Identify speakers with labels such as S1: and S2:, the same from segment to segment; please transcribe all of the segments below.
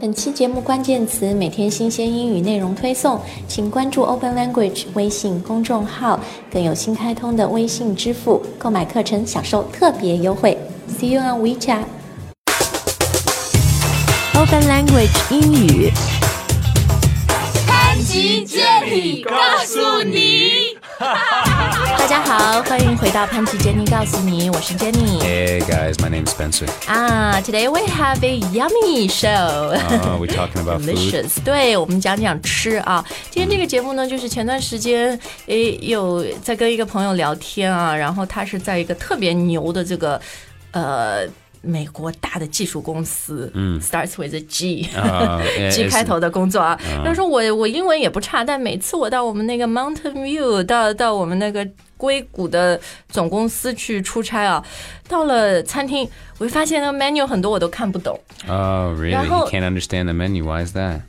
S1: 本期节目关键词每天新鲜英语内容推送，请关注 Open Language 微信公众号，更有新开通的微信支付购买课程享受特别优惠。See you on WeChat。
S2: Open Language 英语
S3: 班级接力告诉你。
S1: 大家好，欢迎回到潘琪杰尼告诉你，我是 Jenny。
S4: Hey guys, my name's Spencer.
S1: 啊、t o d a y we have a yummy show。
S4: Uh, we're talking about food.
S1: delicious。对，我们讲讲吃啊。今天这个节目呢，就是前段时间诶有在跟一个朋友聊天啊，然后他是在一个特别牛的这个呃美国大的技术公司，嗯，starts with a G。
S4: Uh, yeah,
S1: G
S4: it's-
S1: 开头的工作啊，他说我我英文也不差，但每次我到我们那个 Mountain View，到到我们那个硅谷的总公司去出差啊，到了餐厅，我会发现那个 menu 很多我都看不懂，
S4: Oh, really?
S1: Now-
S4: You can't understand the menu. Why is that?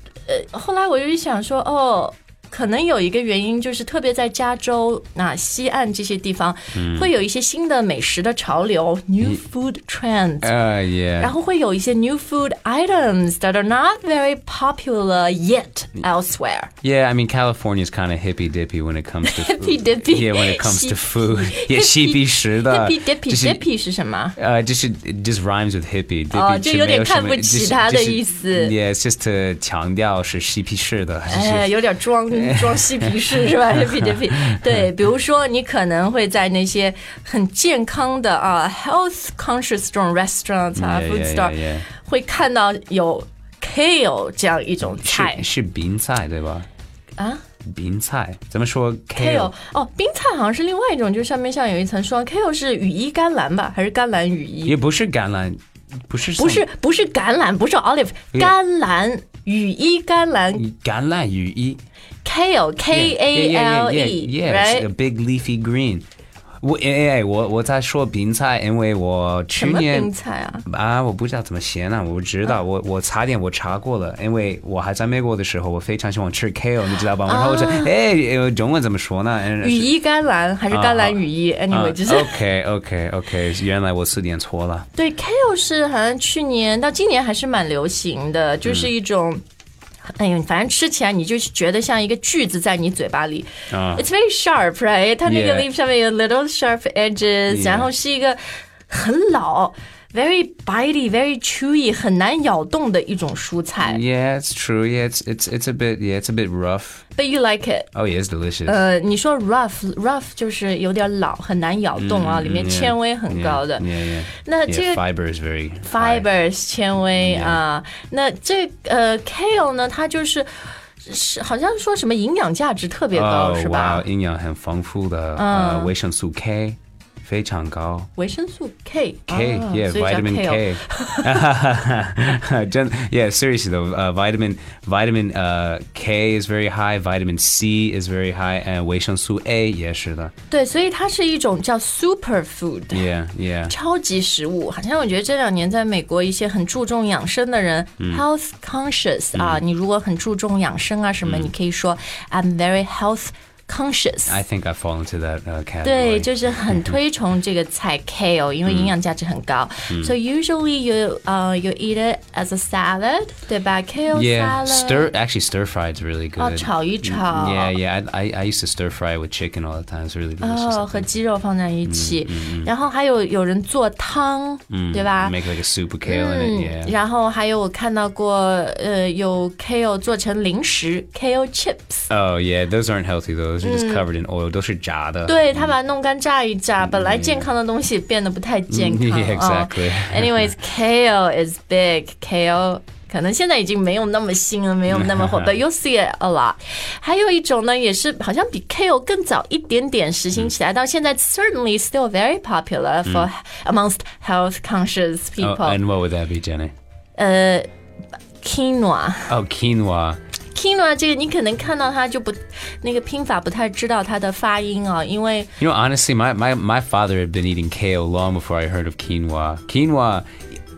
S1: 后来我就一想说，哦，可能有一个原因就是，特别在加州、那、西岸这些地方，会有一些新的美食的潮流、n e w food trends）。
S4: Uh,
S1: 然
S4: yeah.
S1: 后会有一些 new food items that are not very popular yet elsewhere。
S4: Yeah, I mean, California's kind of hippy dippy when it comes to food.
S1: Hippy-dippy.
S4: Yeah, when it comes
S1: Hippy-
S4: to food. Yeah, sheepy 食的.
S1: dippy dippy dippy Oh, 是什么？
S4: Uh, just it just rhymes with hippie.
S1: 哦，
S4: dippy-
S1: 就有点看不起他的意思。
S4: 就是- Yeah, it's just to 强调是嬉皮士的。
S1: 哎，有点装 装嬉皮士是 吧？Happy Happy，对，比如说你可能会在那些很健康的啊，health conscious 这种
S4: 嗯
S1: restaurants 啊
S4: Yeah,
S1: ，food
S4: yeah,
S1: store，
S4: yeah, yeah.
S1: 会看到有 kale 这样一种菜
S4: 是是冰菜对吧？
S1: 啊
S4: 冰菜怎么说
S1: ，kale 哦，冰菜好像是另外一种，就上面像有一层霜，kale 是羽衣甘蓝吧，还是甘蓝羽衣？
S4: 也不是橄榄，不是
S1: 不是不是橄榄，不是 olive，
S4: Yeah
S1: 甘蓝羽衣甘蓝
S4: 橄榄雨衣
S1: kale k a l E, e，right？
S4: ，yes，a big leafy green。我哎哎，我我在说冰菜，因为我
S1: 什
S4: 去
S1: 么冰
S4: 年
S1: 菜啊？
S4: 啊，我不知道怎么写呢，我不知道，我我差点我查过了，因为我还在美国的时候，我非常喜欢吃 kale，你知道吧？然后我说，哎，呃中文怎么说呢？
S1: 羽衣甘蓝还是甘蓝羽衣、a n y w a y 就是、
S4: OK OK OK，原来我字典错了。
S1: 对 kale 是好像去年到今年还是蛮流行的，就是一种。哎呦，反正吃起来你就觉得像一个锯子在你嘴巴里、
S4: 啊
S1: i t s very sharp, right？它那个
S4: Yeah
S1: leaf 上面有 little sharp edges，、
S4: Yeah
S1: 然后是一个很老、very bitey、very chewy，很难咬动的一种蔬菜。
S4: Yeah, it's true. Yeah, it's it's it's a bit yeah, it's a bit rough.
S1: But you like it？
S4: Oh yeah, it's delicious.
S1: 呃，你说 rough rough 就是有点老，很难咬动啊，里面
S4: yeah，
S1: 纤维很
S4: yeah，
S1: 高的。
S4: yeah, yeah.
S1: 那
S4: Yeah,
S1: 这个
S4: fiber is very high.
S1: fibers 纤维
S4: Yeah.
S1: 啊。那这呃 kale 呢，它就是是好像说什么营养价值特别高、
S4: Oh
S1: 是
S4: wow,
S1: 吧？
S4: 营养很丰富的，呃，维生素 K 非常高。
S1: 维生素 K
S4: K,
S1: 啊
S4: yeah,
S1: 所以叫
S4: vitamin
S1: kale。
S4: K. Gen- yeah, seriously though, uh, vitamin vitamin uh, K is very high. Vitamin C is very high, and 维生素 A 也是的。
S1: 对，所以它是一种叫 super food。
S4: Yeah, yeah.
S1: 超级食物，好像我觉得这两年在美国一些很注重养生的人、h e a l t h conscious 啊，你如果很注重养生啊什么，你可以说 I'm very health conscious。
S4: I think I fall into that uh,
S1: 对，
S4: category.
S1: 就是很推崇这个菜
S4: 嗯
S1: kale，因为营养价值很高。So usually you 呃、you eat it as a salad，对吧？kale salad
S4: Yeah, stir actually stir fried is really good.
S1: 哦，炒一炒。
S4: Yeah, yeah. I, I I used to stir fry with chicken all the time. It's really delicious.
S1: 哦，
S4: I
S1: 和
S4: think.
S1: 鸡肉放在一起，
S4: 嗯
S1: 然后还有有人做汤，对吧？嗯
S4: Make like a soup of kale in it. Yeah.
S1: 然后还有我看到过，呃，有 kale 做成零食 kale chips，
S4: Oh yeah, those aren't healthy though. Those are just covered in oil. 都是炸的。
S1: 对他把它弄干炸一炸，本来健康的东西变得不太健康
S4: Yeah,
S1: 啊。
S4: 嗯 exactly.
S1: Anyways, kale is big. Kale 可能现在已经没有那么新了，没有那么 火，but you see it a lot. 还有一种呢，也是好像比 kale 更早一点点实行起来，到现在 certainly still very popular for amongst health conscious
S4: Mm. Oh,
S1: people.
S4: and what would that be, Jenny?
S1: 呃，quinoa。
S4: Oh, quinoa.
S1: quinoa 这个你可能看到它就不那个拼法不太知道它的发音啊，因为
S4: You know, honestly, my, my, my father had been eating kale long before I heard of quinoa. Quinoa,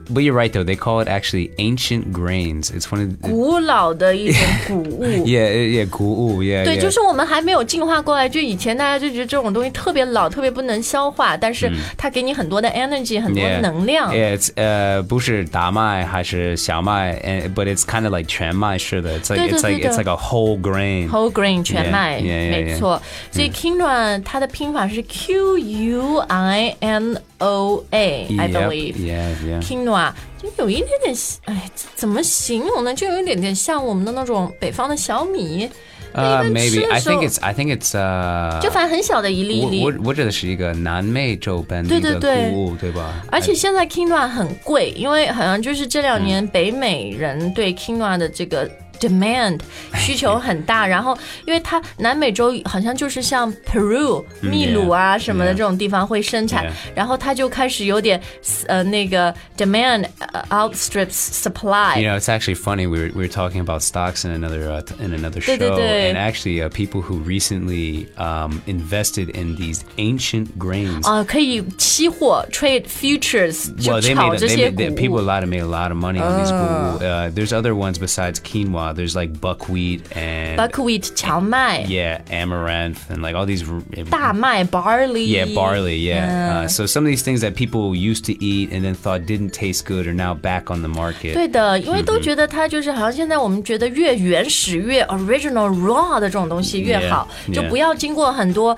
S4: but you're right though. They call it actually ancient grains. It's one of the,
S1: 古老的一种谷 物。
S4: yeah yeah 谷物 yeah
S1: 对，
S4: yeah.
S1: 就是我们还没有进化过来，就以前大家就觉得这种东西特别老，特别不能消化，但
S4: 嗯
S1: 是它给你很多的 energy，很多
S4: Yeah.
S1: 能量。
S4: Yeah, it's uh, 不是大麦还是小麦, and but it's kind of like 全麦式的. It's like
S1: 对，
S4: it's
S1: 对，
S4: like it's
S1: 对，对。
S4: like a whole grain.
S1: Whole grain 全麦
S4: yeah, yeah,
S1: 没错。所以
S4: 嗯
S1: quinoa 它的拼法是 Q U I N O A，I
S4: Yep,
S1: believe。
S4: Yeah, yeah.
S1: quinoa 就有一点点，哎，这怎么形容呢？就有一点点像我们的那种北方的小米，
S4: Uh,
S1: 那一般吃
S4: maybe
S1: 的
S4: I
S1: 时候
S4: think it's I think it's
S1: 就
S4: uh.
S1: 反正很小的一粒一粒。
S4: 我我指的是一个南美洲本地的
S1: 对对对
S4: 谷物，对吧？
S1: 而且现在 quinoa 很贵，因为好像就是这
S4: 嗯
S1: 两年北美人对 quinoa 的这个 demand
S4: 哎
S1: 需求很大，然后因为它南美洲好像就是像 Peru、秘鲁啊
S4: 嗯 yeah，
S1: 什么的
S4: yeah
S1: 这种地方会生产
S4: Yeah，
S1: 然后它就开始有点呃那个 demand 呃 outstrips
S4: You
S1: supply。
S4: know, it's actually funny. We were, we were talking about stocks in another uh, t- in another
S1: 对，
S4: show,
S1: 对，对。
S4: and actually, uh, people who recently um, invested in these ancient grains.
S1: 啊、可以期货 trade futures 就
S4: well, they
S1: 炒
S4: made,
S1: 这
S4: they
S1: 些
S4: made
S1: 股 Oh。
S4: they-
S1: 物。
S4: people a lot of made a lot of money on these google. Uh, there's other ones besides quinoa. There's like buckwheat and
S1: buckwheat 荞麦、
S4: yeah, amaranth and like all these. r- eh,
S1: 大麦 barley。
S4: Yeah, barley. Yeah. Uh, so some of these things that people used to eat and then thought didn't taste good are now back on the market.
S1: 对的，因
S4: 嗯
S1: 为都觉得它就是好像现在我们觉得越原始、越 original、raw 的这种东西越
S4: Yeah,
S1: 好
S4: yeah.
S1: 就不要经过很多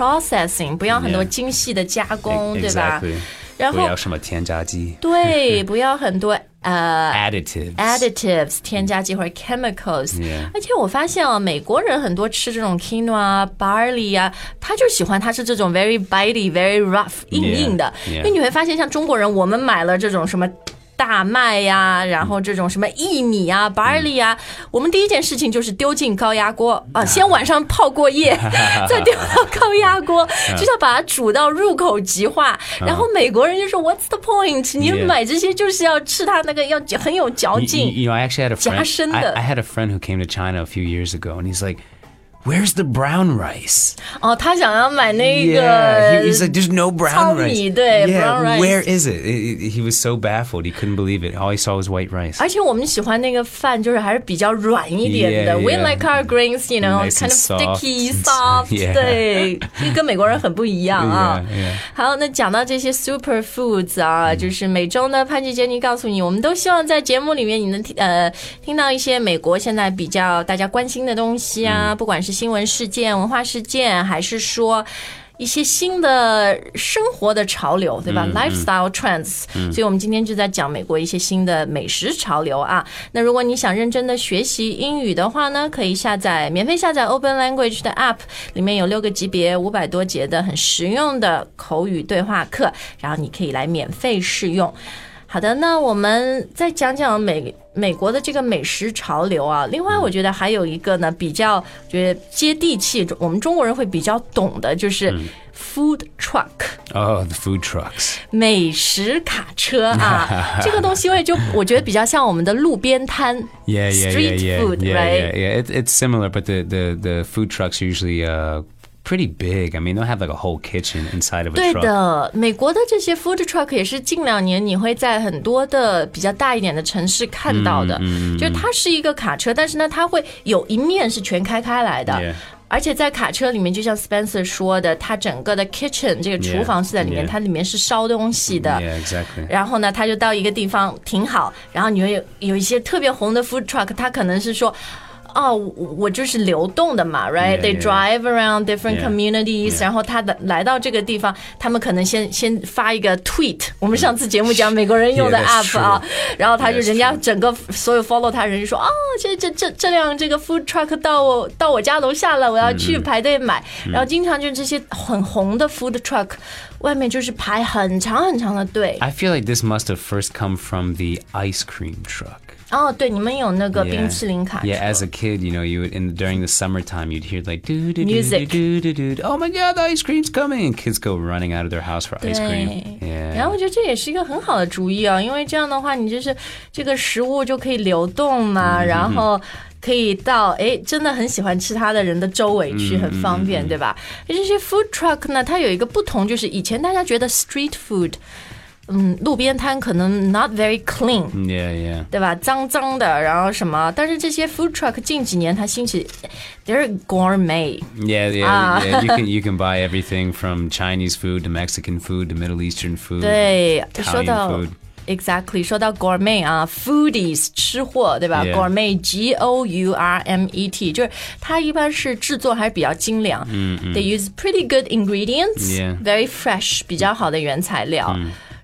S1: processing，不要很多
S4: Yeah.
S1: 精细的加
S4: E-
S1: 工对吧
S4: exactly.
S1: 然后
S4: 不要什么添加剂。
S1: 对，不要很多呃
S4: Additives. 嗯
S1: additives 添加剂或者 chemicals。
S4: Yeah.
S1: 而且我发现啊，美国人很多吃这种 quinoa 啊、barley 啊，他就喜欢它是这种 very bitey、very rough 硬硬的。
S4: yeah.
S1: 因为你会发现，像中国人，我们买了这种什么。大麦呀、然后这种什么薏米
S4: 嗯
S1: 啊、barley 啊，我们第一件事情就是丢进高压锅啊，
S4: 嗯
S1: 先晚上泡过 夜，再丢到高压锅，
S4: 嗯
S1: 就是要把它煮到入口即化。然后美国人就说 What's the point？你
S4: Yeah.
S1: 买这些就是要吃它那个要很有嚼
S4: You, you-
S1: 劲。
S4: you know, I actually had a friend.
S1: 夹生的。
S4: I, I had a friend who came to China a few years ago, and he's like, "Where's the brown rice?"
S1: 哦，他想要买那
S4: Yeah,
S1: 个
S4: he- he's like, "There's no brown rice."
S1: 糙米，对，
S4: yeah,
S1: brown rice.
S4: where is it? It- it- He was so baffled; he couldn't believe it. All he saw was white rice.
S1: 而且我们喜欢那个饭，就是还是比较软一点的。
S4: Yeah,
S1: We
S4: yeah.
S1: like our greens, you know,
S4: Nice
S1: kind
S4: and
S1: of sticky,
S4: soft.
S1: soft.
S4: Yeah.
S1: 对， 这跟美国人很不一样啊
S4: Yeah, yeah.。
S1: 好，那讲到这些 super foods 啊，就是每周呢，潘吉杰尼告诉你，我们都希望在节目里面你能听呃听到一些美国现在比较大家关心的东西啊，不管是新闻事件、文化事件，还是说。一些新的生活的潮流，对吧、l i f e s t y l e trends、所以我们今天就在讲美国一些新的美食潮流啊。那如果你想认真的学习英语的话呢，可以下载免费下载 Open Language 的 App，里面有六个级别、五百多节的很实用的口语对话课，然后你可以来免费试用。好的，那我们再讲讲美美国的这个美食潮流啊。另外，我觉得还有一个呢，比较觉得接地气，我们中国人会比较懂的，就是 food truck。
S4: Oh, the food trucks.
S1: 美食卡车啊，这个东西因为就我觉得比较像我们的路边摊
S4: Yeah, yeah,
S1: street
S4: yeah, yeah,
S1: food,
S4: yeah,
S1: right？
S4: yeah, yeah. It, it's similar, but the, the, the food trucks are usually uh, pretty big. I mean, they'll have like a whole kitchen inside of a
S1: 对
S4: truck.
S1: 的，美国的这些 food truck 也是近两年你会在很多的比较大一点的城市看到
S4: 嗯
S1: 的，就是它是一个卡车，但是呢，它会有一面是全开开来的。
S4: Yeah.
S1: 而且在卡车里面，就像 Spencer 说的，它整个的 kitchen 这个厨
S4: Yeah,
S1: 房是在里面
S4: yeah.
S1: 它里面是烧东西的。
S4: Yeah, exactly.
S1: 然后呢，他就到一个地方停好，然后你会有有一些特别红的 food truck，他可能是说。哦，我我就是流动的嘛，right?
S4: Yeah,
S1: They
S4: yeah,
S1: drive around different
S4: Yeah,
S1: communities，、
S4: yeah.
S1: 然后他的来到这个地方，他们可能先先发一个 tweet。我们上次节目讲美国人用的
S4: 嗯 Yeah, that's
S1: app 啊
S4: true.，
S1: 然后他就
S4: That's
S1: 人家
S4: true.
S1: 整个所有 follow 他人就说，哦，这这这这辆这个 food truck 到我到我家楼下了，我要
S4: 嗯
S1: 去排队买。然后经常就是这些很红的 food truck，外面就是排很长很长的队。
S4: I feel like this must have first come from the ice cream truck.
S1: 哦，对，你们有那个
S4: Yeah.
S1: 冰淇淋卡车
S4: Yeah, as a kid, you know, you would in during the summertime, you'd hear like doo doo doo doo
S1: Music.
S4: doo doo doo. Oh my god, the ice cream's coming! And kids go running out of their house for ice
S1: 对
S4: cream.，
S1: 然后
S4: Yeah.
S1: 我觉得这也是一个很好的主意啊，因为这样的话，你就是这个食物就可以流动
S4: 嗯
S1: 嘛，然后可以到哎真的很喜欢吃它的人的周围去，
S4: 嗯
S1: 很方便，对吧？这些 food truck 呢，它有一个不同，就是以前大家觉得 street food 嗯，路边摊可能 not very clean，
S4: Yeah, yeah.
S1: 对吧？脏脏的，然后什么？但是这些 food truck 近几年它兴起，they're gourmet，
S4: Yeah, yeah,
S1: Ah.
S4: yeah. You can you can buy everything from Chinese food to Mexican food to Middle Eastern food.
S1: 对，说
S4: 嗯 Italian
S1: 到
S4: food.
S1: exactly，说到 gourmet 啊，foodies 吃货对吧
S4: Yeah
S1: ？gourmet G O U R M E T，就是它一般是制作还是比较精良、t h e y use pretty good
S4: 嗯 Yeah 嗯
S1: ingredients，very、fresh，比较好的原材料。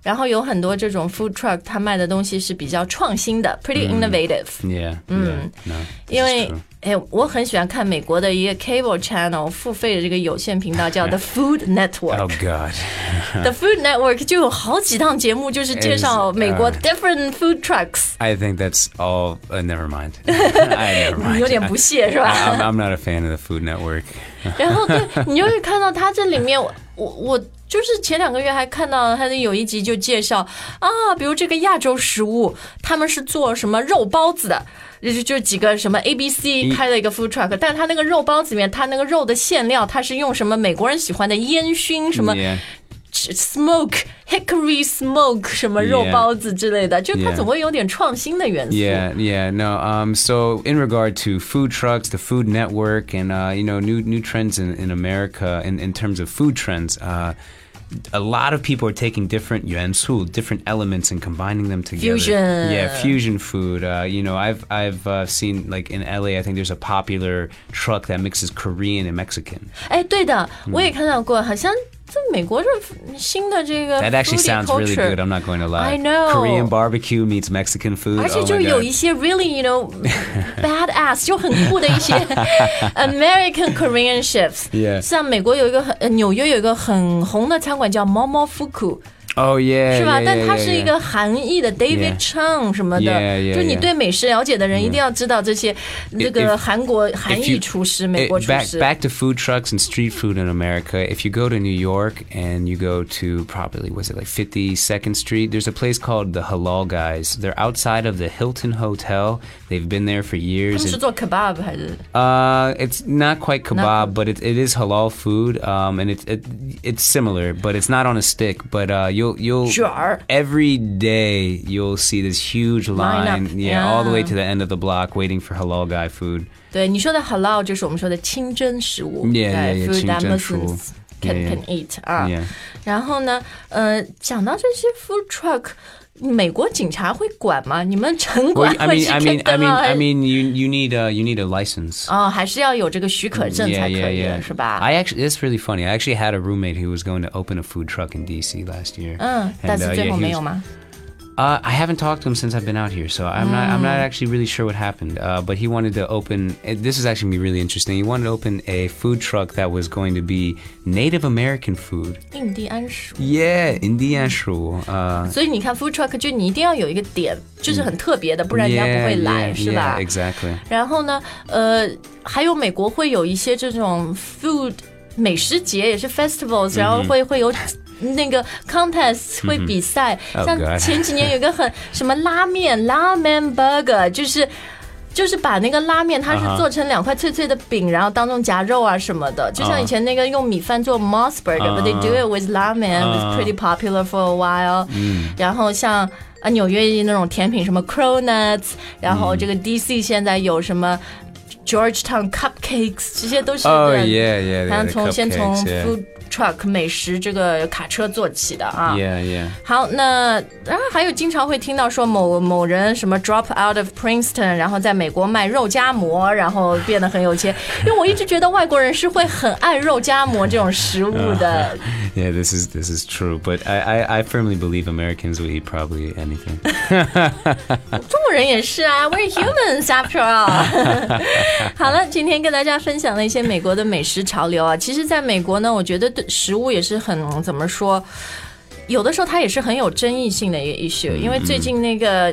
S1: 然后有很多这种 food truck，它卖的东西是比较创新的，pretty
S4: 嗯
S1: innovative。
S4: Yeah. Yeah. No. this
S1: 因
S4: is
S1: 为
S4: true.
S1: 哎，我很喜欢看美国的一个 cable channel 付费的这个有线频道叫 The Food Network。
S4: Oh God.
S1: The Food Network 就有好几档节目，哎就是呃介绍
S4: Is-
S1: 美国
S4: uh,
S1: different food trucks。
S4: I think that's all. Uh, never mind. I never
S1: 你
S4: mind.
S1: 有点不屑是
S4: I,
S1: 吧？
S4: I'm, I'm not a fan of the Food Network.
S1: 然后对你就会看到他这里 面，我我我就是前两个月还看到他的有一集就介绍啊，比如这个亚洲食物，他们是做什么肉包子的，就是就几个什么 A B C 开了一个 food truck，但是他那个肉包子里面，他那个肉的馅料，它是用什么美国人喜欢的烟熏什么
S4: Yeah.
S1: smoke hickory smoke 什么肉
S4: Yeah.
S1: 包子之类的，就它
S4: Yeah.
S1: 总会有点创新的元素。
S4: Yeah, yeah, no. Um, so in regard to food trucks, the Food Network, and uh, you know new new trends in, in America in, in terms of food trends, uh, a lot of people are taking different yuan su, different elements, and combining them together.
S1: Fusion.
S4: Yeah, fusion food. Uh, you know, I've I've uh, seen like in LA, I think there's a popular truck that mixes Korean and Mexican.
S1: 哎，对的，
S4: 嗯
S1: 我也看到过，好像在美国这新的这个
S4: That actually
S1: foodie
S4: sounds really
S1: culture
S4: good. I'm not going to lie.
S1: I know.
S4: Korean barbecue meets Mexican food.
S1: 而且
S4: Oh
S1: 就
S4: my
S1: 有
S4: God.
S1: 一些 really you know badass 就很酷的一 些 American Korean chefs，、
S4: Yeah
S1: 像美国有一个很呃纽约有一个很红的餐馆叫猫猫 fuku，
S4: Oh yeah.
S1: 是吧
S4: yeah,？
S1: 但
S4: yeah,
S1: 他
S4: yeah,
S1: 是一
S4: yeah.
S1: 个韩裔的 David
S4: 哎 Yeah.
S1: Chang 什么的
S4: Yeah, yeah,
S1: 就你
S4: yeah.
S1: 对美食了解的人一定要知道这些那
S4: If-
S1: 个
S4: if-
S1: 韩国韩
S4: if
S1: 裔
S4: you-
S1: 厨师、美
S4: it-
S1: 国厨
S4: back,
S1: 师。
S4: back to food trucks and street food in America. If you go to New York and you go to probably was it like 52nd Street, there's a place called the Halal Guys. They're outside of the Hilton Hotel. They've been there
S1: 他
S4: for years.
S1: 们是
S4: and-
S1: 做 kebab 还是
S4: uh, it's not quite kebab,
S1: Not-
S4: but it, it is halal food. Um, and it's it, it's similar, but it's not on a stick. But uh, you'll you'll
S1: Sure.
S4: every day you'll see this huge line,
S1: Lineup,
S4: yeah, all the way
S1: yeah.
S4: to the end of the block, waiting for halal guy food.
S1: 对你说的 halal 就是我们说的清真食物
S4: Yeah,
S1: 对
S4: yeah, yeah,
S1: food
S4: 清
S1: that
S4: 真食物
S1: Muslims can
S4: Yeah,
S1: can eat 啊。
S4: Yeah.
S1: 然后呢，呃，讲到这些 food truck，美国警察会管吗？你们城
S4: Well,
S1: 管
S4: I
S1: 会
S4: mean,
S1: 去
S4: I
S1: 看
S4: mean, I
S1: 灯
S4: mean,
S1: 吗？
S4: I
S1: 还是
S4: mean, you you need a you need a license.
S1: 哦，还是要有这个许可证
S4: yeah,
S1: 才可
S4: yeah,
S1: 以
S4: yeah.
S1: 是吧？
S4: I actually, it's really funny. I actually had a roommate who was going to open a food truck in DC last year. uh,
S1: 嗯，但是最
S4: yeah,
S1: 后
S4: he
S1: 没
S4: was-
S1: 有吗？
S4: uh, I haven't talked to him since I've been out here, so I'm not. I'm not actually really sure what happened. Uh, but he wanted to open. eh, This is actually gonna be really interesting. He wanted to open a food truck that was going to be Native American food.
S1: 印第安食物。
S4: Yeah, Indian shrew. Uh,
S1: 所以你看 food truck 就你一定要有一个点，就是很特别的，不然人家
S4: yeah,
S1: 不会来
S4: yeah,
S1: 是吧
S4: yeah, exactly.
S1: 然后呢，呃，还有美国会有一些这种 food 美食节，也是
S4: 嗯
S1: festivals，然后会、会有。那个 contest 会比赛，
S4: Oh
S1: 像
S4: God
S1: 前几年有一个很什么拉面 （ramen burger），就是就是把那个拉面，它是做成两块脆脆的饼然后当中夹肉啊什么的，就像以前那个用米饭做 moss burger，but they do it with ramen，was pretty popular for a while。然后像啊纽约那种甜品，什么 cronuts，然后这个 DC 现在有什么 Georgetown cupcakes，这些都是
S4: Oh
S1: 对
S4: yeah, yeah.
S1: 好
S4: yeah,
S1: 像
S4: the
S1: 从先从
S4: cupcakes, yeah.
S1: food truck 美食这个卡车做起的啊。
S4: Yeah, yeah.
S1: 好，那然后还有经常会听到说某某人什么 drop out of Princeton，然后在美国卖肉夹馍，然后变得很有钱。因为我一直觉得外国人是会很爱肉夹馍这种食物的。
S4: Yeah, this is this is true, but I, I, I firmly believe Americans will eat probably anything.
S1: 中国人也是啊，We're humans after all 。好了，今天跟大家分享了一些美国的美食潮流啊。其实，在美国呢，我觉得对食物也是很怎么说，有的时候它也是很有争议性的一个 issue，因为最近那个。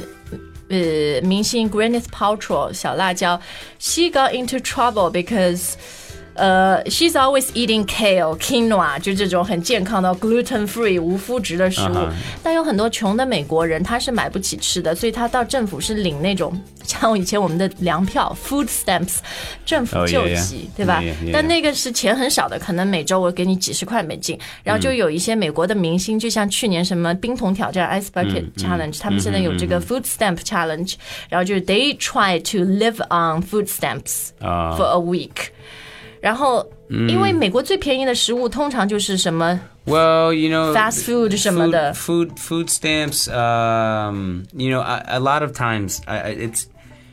S1: 呃，明星 Gwyneth Paltrow 小辣椒，she got into trouble because 呃，she's always eating kale quinoa，就这种很健康的 gluten free 无麸质的食物。但有很多穷的美国人，他是买不起吃的，所以他到政府是领那种像以前我们的粮票 food stamps，政府
S4: Oh,
S1: 救
S4: yeah, yeah.
S1: 济，对吧
S4: Yeah, yeah, yeah.
S1: 但那个是钱很少的，可能每周我给你几十块美金。然后就有一些美国的明星，就像去年什么冰桶挑战 ice bucket challenge，他们现在有这个 food stamp challenge，然后就是 they try to live on food stamps。
S4: 啊
S1: for a week。然后，因为美国最便宜的食物通常就是什么
S4: Well, you know,
S1: Fast food 什么的。
S4: Food, food, food stamps. Um, you know, a, a lot of times I, I- it's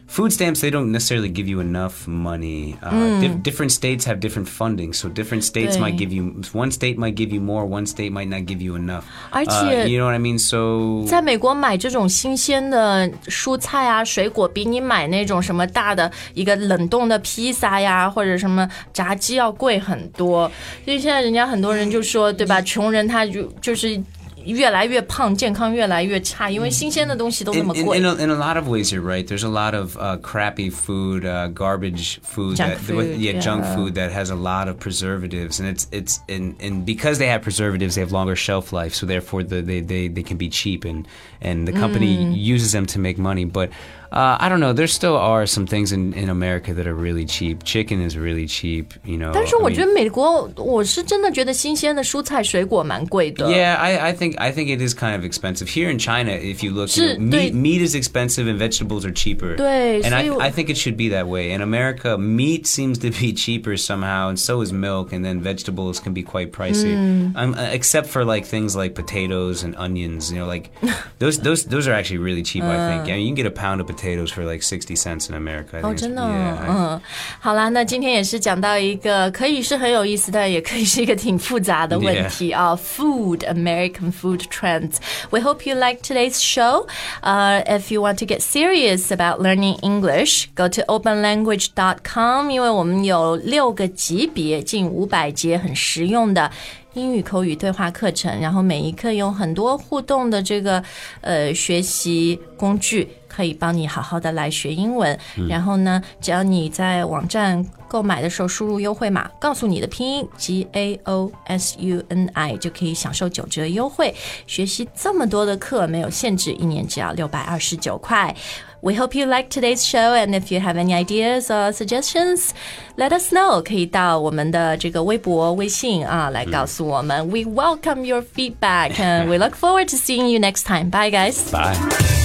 S4: food stamps. They don't necessarily give you enough money. Uh,
S1: Hmm.
S4: dif- different states have different funding, so different states might
S1: 对。
S4: give you one state might give you more, one state might not give you enough. Uh,
S1: 而且-
S4: you know what I mean? So
S1: 在美国买这种新鲜的蔬菜啊、水果，比你买那种什么大的一个冷冻的披萨呀，或者什么炸鸡要贵很多。所以现在人家很多人就说，对
S4: 嗯
S1: 吧？穷人他就就是越来越胖，健康越来越差，因为新鲜的东西都那
S4: in,
S1: 么
S4: in, in,
S1: 贵。
S4: a, in a lot of ways, you're right. There's a lot of uh, crappy food, uh, garbage food,
S1: Junk
S4: that,
S1: food,
S4: yeah, junk
S1: yeah.
S4: food that has a lot of preservatives, and it's it's and, and because they have preservatives, they have longer shelf life, so therefore the, they, they they can be cheap, and and the company
S1: Mm.
S4: uses them to make money, but. Uh, I don't know. There still are some things in, in America that are really cheap. Chicken is really cheap, you know.
S1: 但是
S4: I
S1: 我
S4: mean-
S1: 觉得美国，我是真的觉得新鲜的蔬菜水果蛮贵的。
S4: Yeah, I, I think I think it is kind of expensive here in China. If you look, you
S1: 是，
S4: know, meat,
S1: 对。
S4: meat is expensive and vegetables are cheaper.
S1: 对，
S4: and
S1: 所
S4: I,
S1: 以我-
S4: I think it should be that way. In America, meat seems to be cheaper somehow, and so is milk, and then vegetables can be quite pricey. Um, uh, except for like things like potatoes and onions. You know, like those those those are actually really cheap. I think. I mean, you can get a pound of potatoes for like sixty cents in America. I
S1: 哦，
S4: think it's-
S1: 真的哦，
S4: yeah, I-
S1: 嗯，好啦，那今天也是讲到一个可以是很有意思但也可以是一个挺复杂的问题啊。Food American food trends. We hope you like today's show. Uh, if you want to get serious about learning English, go to openlanguage.com，因为我们有六个级别，近五百节很实用的。英语口语对话课程，然后每一课有很多互动的这个呃学习工具，可以帮你好好的来学英文。然后呢，只要你在网站购买的时候输入优惠码，告诉你的拼音 G A O S U N I，就可以享受九折优惠。学习这么多的课没有限制，一年只要六百二十九块。We hope you like today's show, and if you have any ideas or suggestions, let us know. 可以到我们的这个微博、微信啊来告诉我们。We welcome your feedback, and we look forward to seeing you next time. Bye, guys.
S4: Bye.